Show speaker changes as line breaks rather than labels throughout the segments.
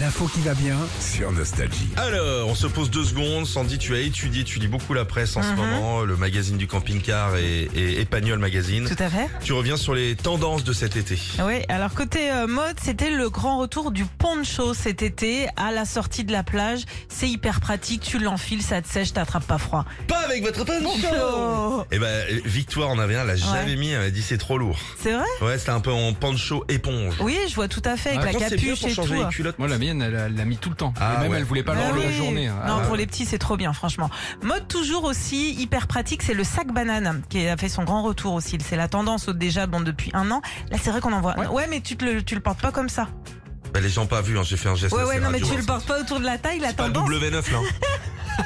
L'info qui va bien.
sur Nostalgie.
Alors, on se pose deux secondes. Sandy, tu as étudié, tu lis beaucoup la presse en
Mhm.
ce moment, le magazine du camping-car et, et Espagnol Magazine.
Tout à fait.
Tu reviens sur les tendances de cet été.
Oui, alors côté euh, mode, c'était le grand retour du poncho cet été à la sortie de la plage. C'est hyper pratique, tu l'enfiles, ça te sèche, t'attrapes pas froid.
Pas avec votre Eh ben, Victoire en avait un, elle l'a jamais mis, elle m'a dit c'est trop lourd.
C'est vrai
Ouais, c'était un peu en pancho éponge.
Oui, je vois tout à fait, avec
Par
la
contre, Ah, c'est bien
capuche
pour
et tout. hein.
changer les culottes.
Moi, la mienne, elle elle l'a mis tout le temps.
Ah
et même,
ouais.
elle voulait pas
Ah
l'enlever la
oui.
journée.
hein.
Non,
Ah ouais.
pour les petits, c'est trop bien, franchement. Mode toujours aussi hyper pratique, c'est le sac banane qui a fait son grand retour aussi. C'est la tendance au- déjà bon depuis un an. Là, c'est vrai qu'on en voit. Ouais,
Ouais.
mais tu, te le, tu le portes pas comme ça.
Bah, les gens pas vu, hein, j'ai fait un geste.
Ouais,
assez
ouais, non, mais
radio,
tu le
hein.
portes pas autour de la taille. La
C'est pas le
tendance,
W9 là.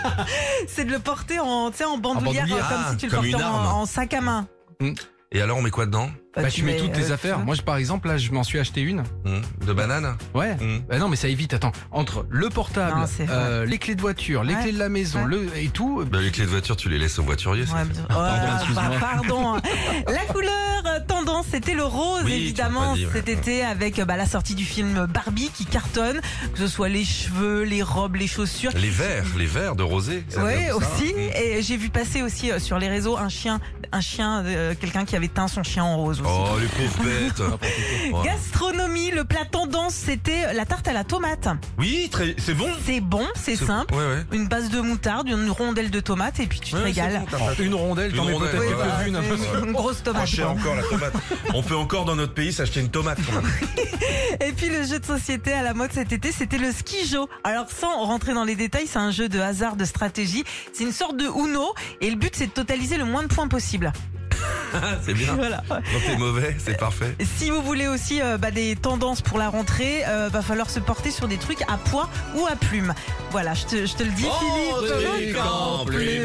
hein.
c'est de le porter en, tu sais, en bandoulière,
bandoulière.
comme
Ah,
si tu le
comme une
portais en,
arme.
en sac à main. euh,
Et alors, on met quoi dedans
Bah, tu mets toutes tes affaires. Moi, je, par exemple, là, je m'en suis acheté une.
Hum,
Bah.
De banane
Ouais.
Hum.
Bah non, mais ça évite. Attends, entre le portable,
Non, c'est vrai.
euh, les clés de voiture, les
Ouais.
clés de la maison,
Ouais.
le et tout. euh,
Bah, les clés de voiture, tu les laisses au voiturier. ça.
Ouais, bien- Oh, bah,
excuse-moi.
pardon. hein. La couleur euh, tendance, c'était le rose,
Oui, tu
évidemment,
m'as dit, ouais.
cet été, avec euh, bah, la sortie du film Barbie qui cartonne, que ce soit les cheveux, les robes, les chaussures.
Les verres, les verres de rosé. ça
Ouais,
vient de ça.
aussi.
Hum.
Et j'ai vu passer aussi euh, sur les réseaux un chien, un chien, euh, quelqu'un qui avait teint son chien en rose aussi.
Oh, les pauvres bêtes. Oh. Ouais.
Gastronomie, le plat tendance, c'était la tarte à la tomate.
Oui, très- c'est bon.
C'est bon, c'est simple.
Ouais, ouais.
Une base de moutarde, une rondelle de tomate, et puis tu te
Ouais,
régales.
c'est bon, t'as pas-
Une rondelle,
Une
t'en mets
rondelle,
peut-être
ouais,
quelques
bah,
unes.
ouais.
une grosse
Pas
tomate.
cher hein.
quoi.
Ah, encore la tomate. On peut encore dans notre pays s'acheter une tomate. quand même.
Et puis le jeu de société à la mode cet été, c'était le skijo. Alors sans rentrer dans les détails, c'est un jeu de hasard, de stratégie. C'est une sorte de Uno et le but c'est de totaliser le moins de points possible.
c'est bien.
Voilà.
Quand t'es mauvais, c'est parfait.
Si vous voulez aussi euh, bah, des tendances pour la rentrée, euh, va falloir se porter sur des trucs à poids ou à plumes. Voilà, je te, je te le dis, Oh, Philippe.
truc en plume.